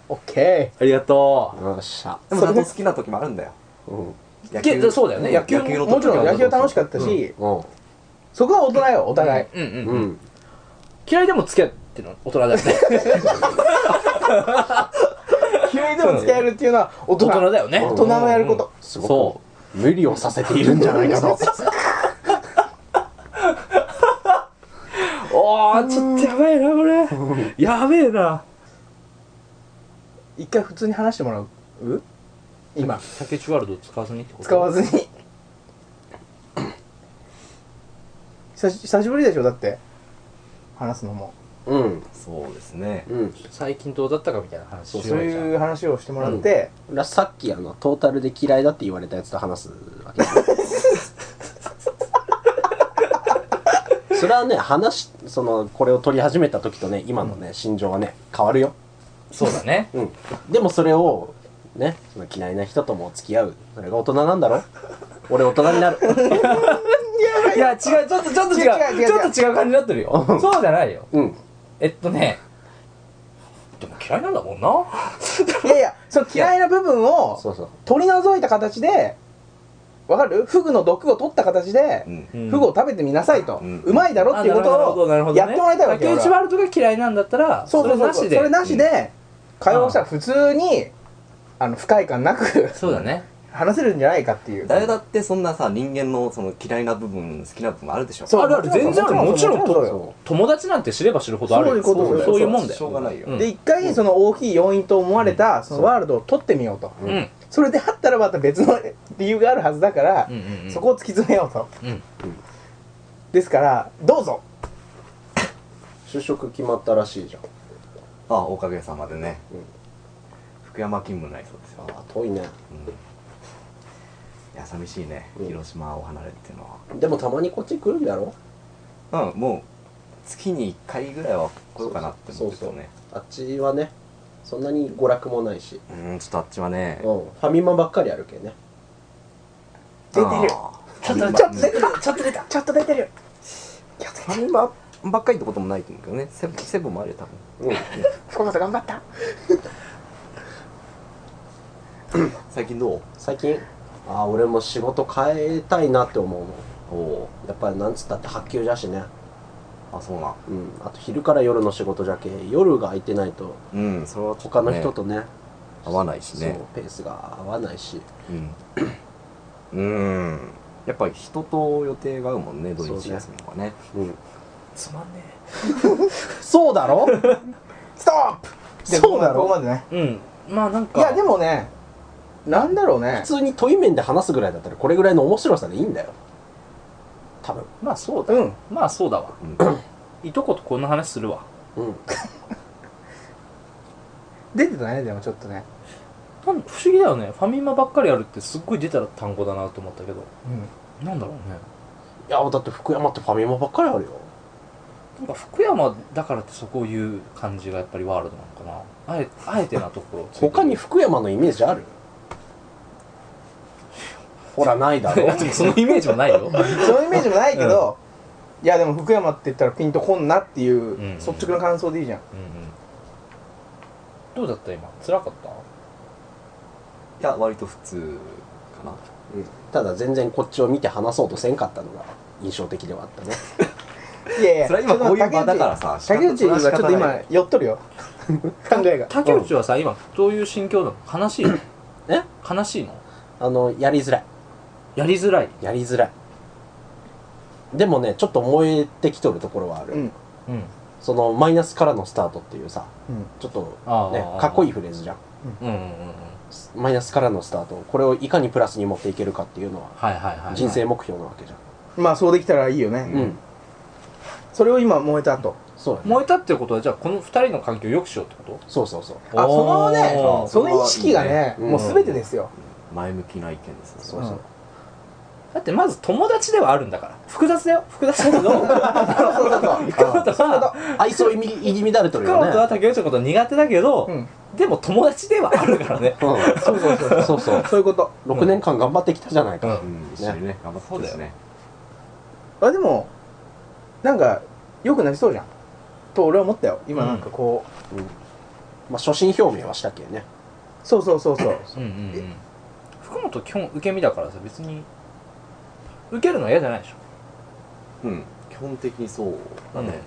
Speaker 2: オッケ
Speaker 1: ありがと
Speaker 3: よっしゃ
Speaker 4: でもちゃんと好きな時もあるんだよ
Speaker 3: うん
Speaker 1: うけそうだよね野球
Speaker 2: ー。もちろん野球楽しかったし、
Speaker 3: うん
Speaker 2: そこは大人よお互い。
Speaker 1: うんうん
Speaker 3: う、ん
Speaker 1: 嫌いでも付き合ってるの大人だよね
Speaker 2: 急にでも付き合えるっていうのは大人
Speaker 1: 大人だよ
Speaker 3: う
Speaker 1: ね
Speaker 3: ん
Speaker 2: 大人のやること。
Speaker 3: すご
Speaker 1: そ
Speaker 3: く無理をさせているんじゃないかと
Speaker 1: おおちょっとやばいなこれやべえな
Speaker 2: 一回普通に話してもらう。今
Speaker 1: 竹内ワールド使わずにってこと
Speaker 2: 使わずに。久し久しぶりでしょだって話すのも。
Speaker 3: うん
Speaker 4: そうですね
Speaker 3: うん
Speaker 1: 最近どうだったかみたいな話
Speaker 3: そう
Speaker 1: し
Speaker 2: そ
Speaker 1: よ
Speaker 2: う
Speaker 1: うじゃん
Speaker 2: いう話をしてもらって、
Speaker 3: らさっきあのトータルで嫌いだって言われたやつと話すわ
Speaker 4: *laughs*
Speaker 3: けそれはね話そのこれを取り始めた時とね今のね、心情はね変わるよ、
Speaker 1: そうだね
Speaker 3: うん、でもそれをねその嫌いな人とも付き合うそれが大人なんだろ俺大人にな
Speaker 4: *laughs*
Speaker 3: る
Speaker 1: いや違うちょっとちょっと違
Speaker 2: 違う違う違
Speaker 1: う
Speaker 2: う
Speaker 1: ちょっと違う感じになってるよ
Speaker 3: う
Speaker 1: *laughs*
Speaker 3: ん
Speaker 1: そうじゃないよ
Speaker 3: うん
Speaker 1: えっとねでも嫌いなんだもんない
Speaker 2: やいやその嫌いな部分を
Speaker 3: そうそう
Speaker 2: 取り除いた形でわかるフグの毒を取った形で、
Speaker 4: うん
Speaker 1: うん
Speaker 2: フグを食べてみなさいと、
Speaker 4: う
Speaker 2: うんまいだろっていうこ
Speaker 1: あなるほ
Speaker 2: と
Speaker 1: どなるほ
Speaker 2: を
Speaker 1: ど
Speaker 2: や
Speaker 1: ね
Speaker 2: ってもらいたいわけ
Speaker 1: 竹
Speaker 2: よ
Speaker 1: 内ワールドが嫌いなんだったら
Speaker 2: そうそうそ
Speaker 1: れなし
Speaker 2: うそれ
Speaker 1: で
Speaker 2: なしで会話をしたら普通に、あの不快感なく *laughs*
Speaker 1: そうだね
Speaker 2: 話せるんじゃないかっていう
Speaker 4: 誰だってそんなさ人間のその嫌いな部分好きな部分あるでしょ
Speaker 2: そう
Speaker 1: あるある
Speaker 2: もちろ
Speaker 1: 全
Speaker 2: ん
Speaker 1: 然ある
Speaker 2: もちろん
Speaker 1: もちろん
Speaker 2: そうよ
Speaker 3: そ
Speaker 1: 友達なんて知れば知るほどある
Speaker 2: そういうこと
Speaker 1: そうそういうもんだ
Speaker 4: しょう
Speaker 1: よ
Speaker 4: がないよ、
Speaker 1: うん
Speaker 2: で一回その大きい要因と思われたそのワールドを取ってみようと
Speaker 3: う
Speaker 1: うん
Speaker 2: それであったらまた別の理由があるはずだから、
Speaker 1: うんうん
Speaker 2: そこを突き詰めようと
Speaker 1: うん
Speaker 2: ですからどうぞ
Speaker 3: 就職決まったらしいじゃん
Speaker 4: あおかげさまでね、
Speaker 3: うん
Speaker 4: 福山勤務になりそうですよ、
Speaker 3: あ遠いね
Speaker 4: いや寂しいね
Speaker 3: うん
Speaker 4: 広島を離れっていうの
Speaker 3: でもたまにこっち来るんだろ
Speaker 4: はうんもう月に1回ぐらいは来ようかなって思ってたよね
Speaker 3: あっちはねそんなに娯楽もないし、
Speaker 4: うんちょっとあっちはね
Speaker 3: うん、ファミマばっかりあるけね
Speaker 2: 出てる
Speaker 4: あー
Speaker 2: ちょっとちょっと出てるちょっと出たちょっと出てる気をつけ
Speaker 4: フ
Speaker 2: て
Speaker 4: ァミマばっかりってこともないと思うけどねセブンセブンもあるよ多分
Speaker 3: うん
Speaker 2: 福本頑張った
Speaker 4: 最近どう
Speaker 3: 最近ああ俺も仕事変えたいなって思うの
Speaker 4: おお
Speaker 3: やっぱりなんつったって発給じゃしね
Speaker 4: ーあそうな
Speaker 3: うんあと昼から夜の仕事じゃけ夜が空いてないと
Speaker 4: うんそれはちょっ
Speaker 3: 他
Speaker 4: と
Speaker 3: の
Speaker 4: ね
Speaker 3: 人とね
Speaker 4: 合わないし
Speaker 3: そう
Speaker 4: ね
Speaker 3: ペースが合わないし
Speaker 4: うんうんやっぱり人と予定が合うもんね土
Speaker 3: そうね
Speaker 4: 日休みとかね
Speaker 3: うん
Speaker 1: つまんね
Speaker 3: そうだ *laughs* ろ
Speaker 2: ストップ
Speaker 3: そうだ
Speaker 2: ここ
Speaker 3: ろ
Speaker 2: までね
Speaker 1: えうんまあなん
Speaker 2: い
Speaker 1: か
Speaker 2: やでもねなんだろうね
Speaker 3: 普通に問い面で話すぐらいだったらこれぐらいの面白さでいいんだよ多分
Speaker 1: まあそうだ
Speaker 2: うん
Speaker 1: まあそうだわ
Speaker 4: うん
Speaker 1: いとことこんな話するわ
Speaker 3: うん
Speaker 2: 出てたねでもちょっとね
Speaker 1: なん不思議だよねファミマばっかりあるってすっごい出た単語だなと思ったけど
Speaker 2: うん
Speaker 1: なんだろうね
Speaker 3: いやだって福山ってファミマばっかりあるよ
Speaker 1: なんか福山だからってそこを言う感じがやっぱりワールドなのかなあえあえてなところをついてる *laughs*
Speaker 3: 他に福山のイメージあ *laughs* るほらないだ
Speaker 1: い
Speaker 3: ろ *laughs*
Speaker 1: やでもそのイメージは *laughs* ないよ
Speaker 2: そのイメージもないけど、いやでも福山って言ったらピンとこんなっていう
Speaker 1: うん
Speaker 2: 率直な感想でいいじゃん、
Speaker 1: うんうんどうだった今辛かった
Speaker 4: いや割と普通かな
Speaker 3: うんただ全然こっちを見て話そうとせんかったのが印象的ではあったね
Speaker 2: いやいや
Speaker 4: それは今こういう場だからさ
Speaker 2: 竹内はちょっと今
Speaker 4: い
Speaker 2: 寄っとるよ考えが
Speaker 1: 竹内はさ今どういう心境なの悲しいの
Speaker 3: え
Speaker 1: 悲しいの
Speaker 3: あのやりづらい
Speaker 1: やりづらい
Speaker 3: やりづらいでもねちょっと燃えてきとるところはある、
Speaker 2: うん
Speaker 1: うん
Speaker 3: そのマイナスからのスタートっていうさ
Speaker 2: うん
Speaker 3: ちょっと
Speaker 1: あー
Speaker 3: ねかっこいいフレーズじゃん
Speaker 1: うんうんうんうん
Speaker 3: マイナスからのスタートこれをいかにプラスに持っていけるかっていうのは
Speaker 1: はいはいはい
Speaker 3: 人生目標なわけじゃん、
Speaker 2: まあそうできたらいいよね、
Speaker 3: うん
Speaker 2: それを今燃えたと
Speaker 3: そうやね
Speaker 1: 燃えたっていうことはじゃあこの二人の環境を良くしようってこ
Speaker 3: そうそうそう
Speaker 1: と
Speaker 2: あそのね
Speaker 1: おー
Speaker 2: その意識がね
Speaker 3: うん
Speaker 2: もう全てですよ、
Speaker 4: 前向きな意見ですね
Speaker 3: そうそう
Speaker 1: だってまず友達ではあるんだから複雑だよ複雑 *laughs* だけど
Speaker 2: そうそうそうそう
Speaker 1: 福本は
Speaker 3: 愛想入り入り乱れとる
Speaker 1: 福
Speaker 3: よ
Speaker 1: 本
Speaker 3: ね
Speaker 1: は竹内のこと苦手だけど、
Speaker 2: うん
Speaker 1: でも友達ではあるから
Speaker 3: *laughs*
Speaker 1: ね
Speaker 3: うん
Speaker 2: そうそうそう
Speaker 3: そうそう
Speaker 2: そういうこと
Speaker 3: 6年間頑張ってきたじゃないか、
Speaker 4: うん一緒にね頑張ってですね
Speaker 2: あでもなんか良くなりそうじゃんと俺は思ったよ今なんかこう、
Speaker 3: うんまあ、初心表明はしたけんね
Speaker 2: そうそうそうそう
Speaker 1: うんうん、うん、福本基本受け身だからさ別に受けるのは嫌じゃないでしょ
Speaker 4: うん基本的にそうだね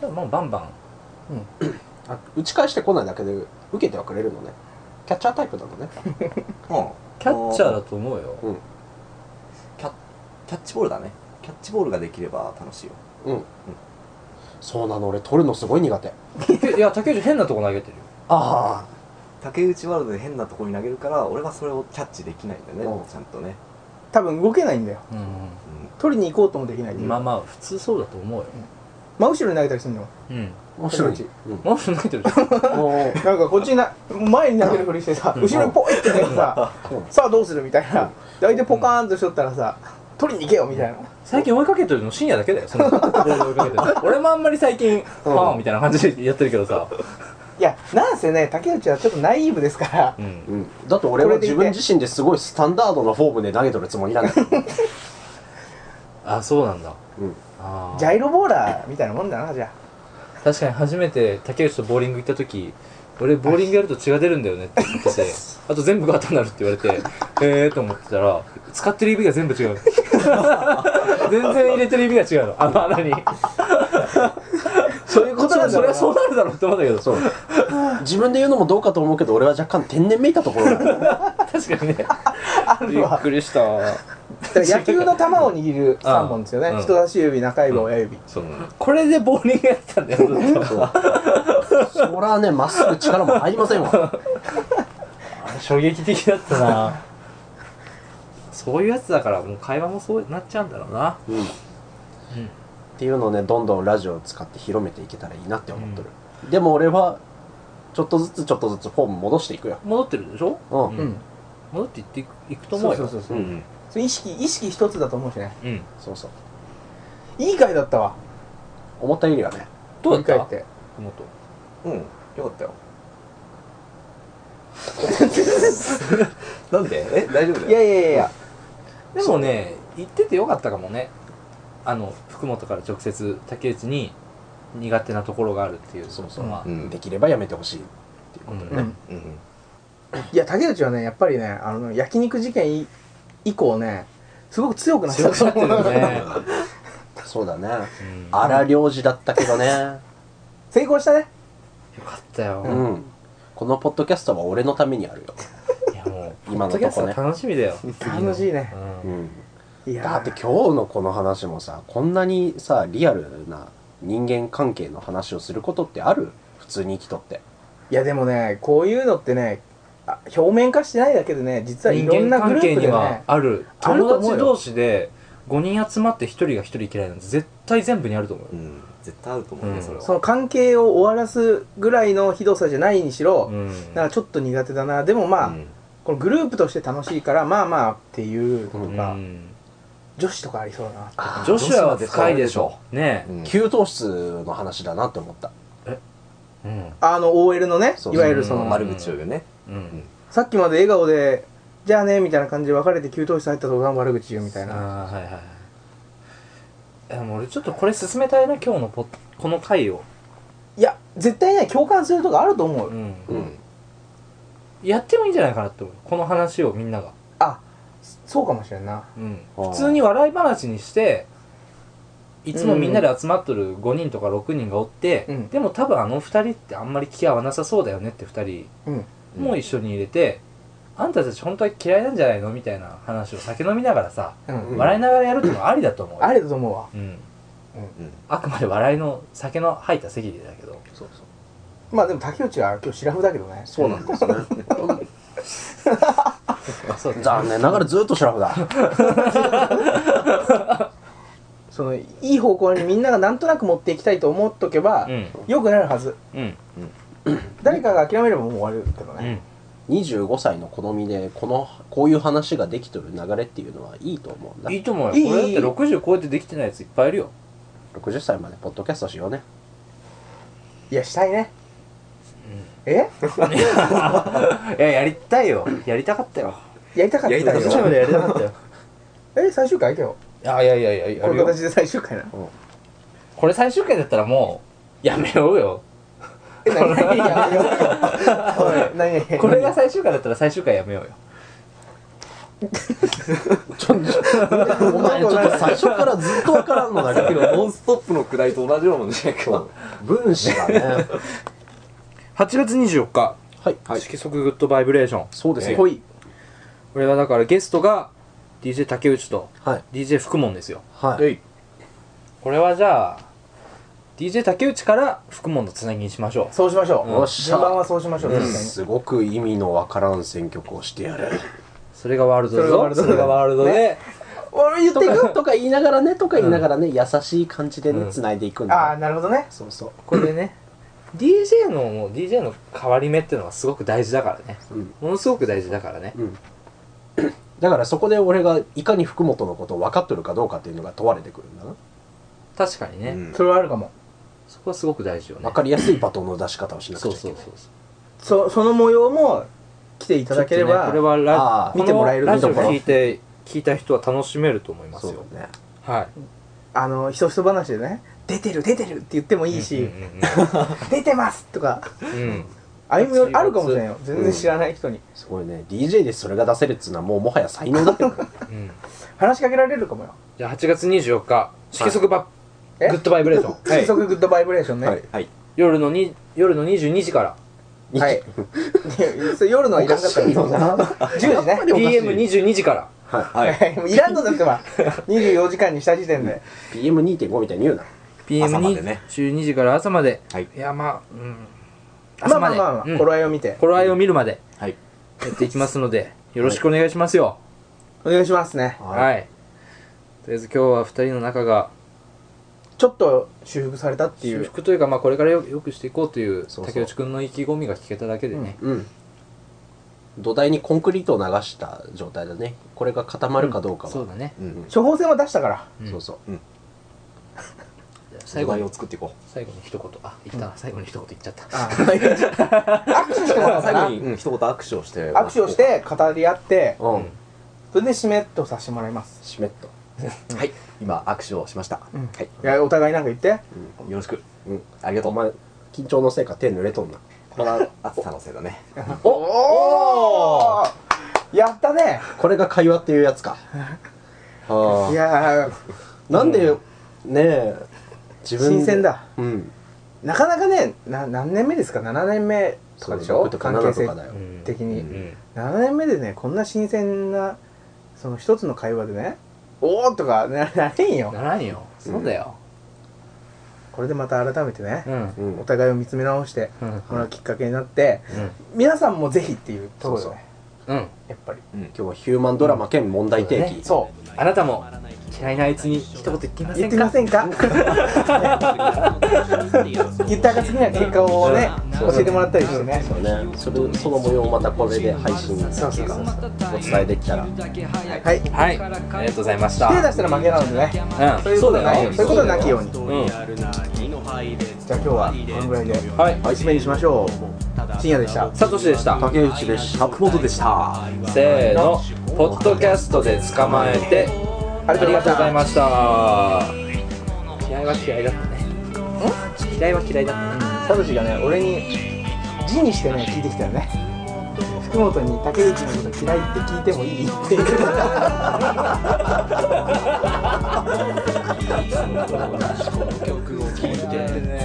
Speaker 1: じゃあもうバンバン
Speaker 3: あ打ち返してこないだけで受けてはくれるのねキャッチャータイプなのね
Speaker 4: うん
Speaker 1: キャッチャーだと思うよ
Speaker 4: キャッキャッチボールだねキャッチボールができれば楽しいよ
Speaker 3: うん、そうなの俺取るのすごい苦手あ
Speaker 1: いや竹内変なとこ投げてるよ
Speaker 3: あ
Speaker 4: 竹内ワールドで変なとこに投げるから俺はそれをキャッチできないんだよ
Speaker 3: う
Speaker 4: ね
Speaker 3: ん
Speaker 4: ちゃんとね
Speaker 2: 多分動けないんだよ
Speaker 1: う
Speaker 2: 取りに行こうともできないっていう
Speaker 1: まあまあ普通そうだと思うよ
Speaker 2: 真後ろに投げたりするの
Speaker 1: うん
Speaker 3: 面白い、
Speaker 2: 竹
Speaker 3: うん、
Speaker 1: マフ投げてるじゃん
Speaker 3: おー
Speaker 2: なんかこっちにな前に投げるふりしてさ
Speaker 1: うん
Speaker 2: 後ろにポイって投げてさ
Speaker 3: うん
Speaker 2: さあどうするみたいなで相手ポカーンとしとったらさ取りに行けよみたいな
Speaker 1: 最近追いかけてるの深夜だけだよそのボール追いかけてる俺もあんまり最近ファンみたいな感じでやってるけどさ
Speaker 2: いやなんせね竹内はちょっとナイーブですから
Speaker 1: うん
Speaker 3: *laughs* うん、だって俺は自分自身ですごいスタンダードなフォームで投げとるつもりなんだけど、
Speaker 1: あそうなんだ
Speaker 3: うん、
Speaker 1: あー
Speaker 2: ジャイロボーラーみたいなもんだなじゃ
Speaker 1: 確かに初めて竹内とボーリング行った時俺ボーリングやると血が出るんだよねって言って *laughs* てあと全部が当たになるって言われてええー、と思ってたら使ってる指が全部違 *laughs* う全然入れてる指が違うのあの穴に
Speaker 2: あそういうことなんだ
Speaker 1: それは
Speaker 2: ろうな
Speaker 1: そうなるだろうって思ったけど
Speaker 3: そう自分で言うのもどうかと思うけど俺は若干天然めいたところがあ
Speaker 1: 確かに *laughs* ね
Speaker 2: あるわ
Speaker 1: くりした
Speaker 2: だから野球の球を握る3本ですよ
Speaker 1: うん
Speaker 2: ね人差し指中指親指
Speaker 1: そうこれでボーリングやってたんだよずっ
Speaker 3: る
Speaker 1: と
Speaker 3: そうそらねまっすぐ力も入りませんわ
Speaker 1: 衝撃的だったなそういうやつだからもう会話もそうなっちゃうんだろうな
Speaker 3: うんっていうのをねどんどんラジオを使って広めていけたらいいなって思っとる、でも俺はちょっとずつちょっとずつフォーム戻していくよ
Speaker 1: 戻ってるでしょ
Speaker 3: うん、
Speaker 1: う
Speaker 2: うん
Speaker 1: 戻っていっていくいくと
Speaker 2: そう
Speaker 1: 思うよ
Speaker 2: そうそう
Speaker 4: う
Speaker 2: そうんそれ意識意識一つだと思うしね
Speaker 1: うん
Speaker 3: そうそう
Speaker 2: いい回だったわ
Speaker 3: 思ったよりはね
Speaker 1: どうだ
Speaker 2: 振り
Speaker 1: っ
Speaker 2: 返
Speaker 1: た *laughs*
Speaker 2: て
Speaker 1: もっと
Speaker 4: うんよかったよなんでえ大丈夫だよ
Speaker 2: いやいやいやいや
Speaker 1: でもね言っててよかったかもねあの福本から直接竹内に苦手なところがあるっていう
Speaker 3: そうそう
Speaker 1: のは
Speaker 4: うん
Speaker 3: できればやめてほしいっていうことで
Speaker 1: うん
Speaker 3: ね、
Speaker 4: うん
Speaker 2: いや竹内はねやっぱりねあの焼肉事件以以降ねすごく強くなった
Speaker 1: 強くなってるよね、
Speaker 3: そうだね
Speaker 1: うんよ
Speaker 3: 荒領事だったけどね
Speaker 2: *laughs* 成功したね
Speaker 1: かったよ、
Speaker 3: うん、このポッドキャストは俺のためにあるよ、
Speaker 1: いやもう
Speaker 3: 今のとこね
Speaker 1: ポッドキャスト楽しみだよ
Speaker 2: 楽しいね
Speaker 1: うん
Speaker 3: うん、
Speaker 2: いやー
Speaker 3: だって今日のこの話もさこんなにさリアルな人間関係の話をすることってある普通に生きとって
Speaker 2: いやでもねこういうのってねあ表面化してないだけでね実はいろん
Speaker 1: 人間
Speaker 2: なグ
Speaker 1: 関
Speaker 2: ル
Speaker 1: 係
Speaker 2: ープ
Speaker 1: に
Speaker 2: で
Speaker 1: は
Speaker 2: ね
Speaker 1: ある
Speaker 2: ある
Speaker 1: 友
Speaker 2: と思うよ
Speaker 1: 達同士で5人集まって1人が1人嫌いなんて絶対全部にあると思う
Speaker 4: う
Speaker 1: よ、
Speaker 4: ん絶対合うと思う
Speaker 1: う
Speaker 4: ね
Speaker 1: ん
Speaker 4: それ
Speaker 2: そ
Speaker 4: は
Speaker 2: の関係を終わらすぐらいのひどさじゃないにしろ、
Speaker 1: うん
Speaker 2: なんかちょっと苦手だなでもまあ、
Speaker 4: うん
Speaker 2: このグループとして楽しいからまあまあっていう
Speaker 3: う
Speaker 2: の
Speaker 1: う
Speaker 2: が、
Speaker 1: ん
Speaker 2: 女子とかありそうだな
Speaker 1: 女子は深いでしょね
Speaker 4: うん
Speaker 3: 給湯室の話だなって思った
Speaker 1: え、うん
Speaker 2: あの OL のね
Speaker 3: そう
Speaker 2: いわゆるその、
Speaker 1: うん
Speaker 4: 丸口を言うね
Speaker 1: うん
Speaker 2: さっきまで笑顔で「じゃあね」みたいな感じで別れて給湯室入った途端悪口言うみたいな
Speaker 1: ああはいはいえでも俺ちょっとこれ進めたいな今日のポッこの回を、
Speaker 2: いや絶対ね共感するとこあると思う、
Speaker 1: うん
Speaker 3: うん
Speaker 1: やってもいいんじゃないかなって思うこの話をみんなが、
Speaker 2: あそうかもしれんな
Speaker 1: うん
Speaker 3: あー
Speaker 1: 普通に笑い話にしていつもみんなで集まっとる5人とか6人がおって、
Speaker 2: うん
Speaker 1: でも多分あの2人ってあんまり気合わなさそうだよねって2人
Speaker 2: うん
Speaker 1: も一緒に入れて、あんたたち本当は嫌いなんじゃないのみたいな話を酒飲みながらさ、
Speaker 2: うん、
Speaker 3: うん
Speaker 1: 笑いながらやるっていうのはありだと思うよ
Speaker 2: あれだと思うわ
Speaker 1: うん
Speaker 4: うん
Speaker 1: あくまで笑いの酒の入った席だけど
Speaker 3: そうそう
Speaker 2: まあでも竹内は今日シラフだけどね
Speaker 3: そうなんですね *laughs*
Speaker 1: あそうだね
Speaker 3: 残念ながらずっとシラフだ
Speaker 2: そのいい方向にみんながなんとなく持っていきたいと思っとけば、
Speaker 1: うん
Speaker 2: 良くなるはず
Speaker 1: うん
Speaker 2: 誰かが諦めればもう終わるけど
Speaker 1: うん
Speaker 2: ね、
Speaker 3: 25歳の好みでこのこういう話ができとる流れっていうのはいいと思うんだ
Speaker 1: いいと思うよ
Speaker 2: いいいい
Speaker 1: これだって60超えてできてないやついっぱいいるよ
Speaker 3: 60歳までポッドキャストしようね
Speaker 2: いやしたいね、え
Speaker 1: いややりたいよやりたかったよ
Speaker 2: やりたかった
Speaker 4: やりたかった
Speaker 2: 途中までやりたかった
Speaker 1: *laughs*
Speaker 2: よえ最終回今日
Speaker 1: いやいやいやいやや
Speaker 2: こ
Speaker 1: る
Speaker 2: の
Speaker 1: よ
Speaker 2: 形で最終回なの
Speaker 1: これ最終回だったらもうやめようよ
Speaker 2: え何 *laughs* 何やめようおい何何
Speaker 1: これが最終回だったら最終回やめようよ
Speaker 3: ちょっとお前ちょっと最初からずっとわからんのだ
Speaker 4: さっ
Speaker 3: け
Speaker 4: き
Speaker 3: ど
Speaker 4: のノンストップのくだりと同じようなもんじゃないか
Speaker 3: *laughs* 分子がね
Speaker 1: 8月24日
Speaker 3: はい
Speaker 1: 色即グッドバイブレーション
Speaker 3: そうですよ
Speaker 2: ほい
Speaker 1: これはだからゲストが DJ 竹内と
Speaker 3: はい
Speaker 1: DJ 福門ですよ
Speaker 3: はい
Speaker 2: えい
Speaker 1: これはじゃあ DJ 竹内から福門とつなぎにしましょ
Speaker 2: そうしましょう
Speaker 3: よっしゃ
Speaker 2: 順番はそうしましょう確かに
Speaker 3: すごく意味のわからん選曲をしてやる
Speaker 1: うそれがワールドだぞ
Speaker 2: それがワ
Speaker 1: ールドで
Speaker 2: 俺言って
Speaker 3: と
Speaker 2: いく
Speaker 3: かとか言いながらねとか言いながらね優しい感じでね繋いでいくん
Speaker 2: ああ
Speaker 3: だ
Speaker 2: なるほどね
Speaker 3: そうそう
Speaker 1: これでね DJ のもう DJ の変わり目っていうのはすごく大事だからね
Speaker 3: うん
Speaker 1: ものすごく大事だからね
Speaker 3: うんだからそこで俺がいかに福本のことを分かっとるかどうかっていうのが問われてくるんだな
Speaker 1: 確かにね、
Speaker 3: うん
Speaker 2: それはあるかも
Speaker 1: そこはすごく大事よね
Speaker 3: 分かりやすいバトンの出し方をしなくち
Speaker 1: そ
Speaker 3: ゃ
Speaker 1: う
Speaker 3: いけ
Speaker 1: そう
Speaker 3: ない
Speaker 1: そうそう
Speaker 2: そその模様も来ていただけれ
Speaker 1: ちょっとね
Speaker 2: ば
Speaker 1: これは
Speaker 3: あ
Speaker 1: ラ
Speaker 3: あ
Speaker 1: この
Speaker 3: 見てもらえる
Speaker 1: ラジオ
Speaker 3: 見どころ
Speaker 1: 聞いて聞いた人は楽しめると思いますよ
Speaker 3: そうね
Speaker 1: はい
Speaker 2: あのひそひそ話でね「出てる出てる」って言ってもいいし
Speaker 1: うん
Speaker 2: 「出てます」とか
Speaker 1: うんうんうん
Speaker 2: 歩み寄りあるかもしれないよ全然知らない人に
Speaker 3: すごいね DJ でそれが出せるっつうのはもうもはや才能だけどね
Speaker 1: うんうん
Speaker 2: 話しかけられるかもよ
Speaker 1: じゃあ8月24日色即バ
Speaker 2: え
Speaker 1: グッドバイブレーション
Speaker 2: 迅速グッドバイブレーションね、
Speaker 3: はい
Speaker 4: はい
Speaker 1: 夜のに夜の22時から
Speaker 2: はい。
Speaker 3: *laughs*
Speaker 2: *laughs* それ夜のはいらんかったらいい
Speaker 3: おかしいよな
Speaker 2: 10時ね。
Speaker 3: おかしい
Speaker 1: PM22 時から
Speaker 3: は
Speaker 4: は
Speaker 2: はいい。もういらんのだってば。24時間にした時点で。
Speaker 3: い PM2.5 みたいに言うな
Speaker 1: PM
Speaker 4: 朝ま
Speaker 1: に
Speaker 4: でね
Speaker 1: 12時から朝まで、
Speaker 4: はい
Speaker 1: やまあ、うん、
Speaker 2: まあまあまあまあ、頃合いを見て。
Speaker 1: 頃合いを見るまで
Speaker 4: はい
Speaker 1: やっていきますのでよろしくお願いしますよ
Speaker 2: お願いしますね。
Speaker 1: はい、とりあえず今日は2人の仲が
Speaker 2: ちょっと修復されたってい
Speaker 1: 修
Speaker 2: う。
Speaker 1: 復というか、まあ、これからよよくしていこうという
Speaker 3: そうそう
Speaker 1: 竹内くんの意気込みが聞けただけでね、
Speaker 3: うん土台にコンクリートを流した状態だねこれが固まるかどうかは、
Speaker 1: そうだね、
Speaker 4: うん
Speaker 2: 処方箋は出したから。
Speaker 1: うん
Speaker 3: そうそう
Speaker 1: じゃあ最
Speaker 4: 土
Speaker 1: 後
Speaker 4: 台を
Speaker 1: に
Speaker 4: 作っていこ
Speaker 1: 最後に一言あ言ったな、最後に一言言っちゃった
Speaker 2: あ
Speaker 4: う
Speaker 2: *laughs*
Speaker 4: 最
Speaker 2: 握手してもらおうかな
Speaker 4: 後。に一言握手をして
Speaker 2: 握手をして、語り合って、
Speaker 3: うん、
Speaker 1: うん
Speaker 2: それで締めっとさせてもらいます。
Speaker 3: 湿っと
Speaker 4: はい今握手をしました
Speaker 2: うん
Speaker 4: はい
Speaker 2: いや、お互いなんか言って。
Speaker 4: よろしく
Speaker 3: うん
Speaker 4: ありがと
Speaker 3: お
Speaker 4: う
Speaker 3: 前緊張のせいか手濡れとんな
Speaker 4: この暑さのせいだね
Speaker 2: おおーやったね。
Speaker 3: *laughs* これが会話っていうやつかはいあ
Speaker 2: やー、
Speaker 3: なんで、ねえ自分で
Speaker 2: 新鮮だ。
Speaker 3: うん
Speaker 2: なかなかね、な何年目ですか ?7 年目とかでし
Speaker 3: そう
Speaker 2: ょ
Speaker 3: 六とか
Speaker 2: 関係
Speaker 3: 7と
Speaker 2: 性
Speaker 3: かだよ、
Speaker 1: うん
Speaker 2: 的に。
Speaker 3: うん
Speaker 1: うん
Speaker 2: 7年目でねこんな新鮮なその一つの会話でね「おお!」とかな *laughs* なれんよ
Speaker 1: ならんよそうだよ
Speaker 2: これでまた改めてね
Speaker 1: う、ん
Speaker 3: うん
Speaker 2: お互いを見つめ直して
Speaker 1: うん
Speaker 2: もらうきっかけになって、
Speaker 1: うん
Speaker 2: 皆さんもぜひっていうところ
Speaker 3: そ
Speaker 2: で
Speaker 3: う
Speaker 2: ね
Speaker 1: うん
Speaker 2: やっぱり
Speaker 3: 今日はヒューマンドラマ兼問題提起、
Speaker 2: そう
Speaker 1: あなたも嫌いなあいつに一言言ってみませ
Speaker 2: 言
Speaker 1: ん
Speaker 2: って
Speaker 1: か
Speaker 2: みませんか言ったが過ぎない結果をね
Speaker 3: そう
Speaker 2: 教えてもらったりしてね
Speaker 3: そうねそれその模様をまたこれで配信
Speaker 2: そうそうそう
Speaker 3: お伝えできたら
Speaker 2: はい
Speaker 1: はいありがとうございました
Speaker 2: 手出したら負けなのでね
Speaker 1: う
Speaker 2: そうい
Speaker 1: ん
Speaker 2: う
Speaker 1: そ
Speaker 2: こ
Speaker 1: う
Speaker 2: とはな
Speaker 1: だ
Speaker 2: いよ
Speaker 1: よ
Speaker 2: そういうことはなきようにじ
Speaker 1: うん
Speaker 2: ゃあ今日はこのぐらいで
Speaker 1: はい
Speaker 2: おしめにしましょう深夜でした
Speaker 1: サトシでした
Speaker 3: 竹内でした
Speaker 4: 福本でした
Speaker 1: せーのポッドキャストで捕まえてあ
Speaker 2: ありがとう
Speaker 1: り
Speaker 2: ございま
Speaker 1: が
Speaker 2: し
Speaker 1: とうござい
Speaker 2: た
Speaker 1: ました嫌いは嫌いだったね嫌いは嫌いだったね
Speaker 2: サトシがね俺に字にしてね聞いてきたよね福本に竹内のこと嫌いって聞いてもいいって言って
Speaker 5: この曲を聴いて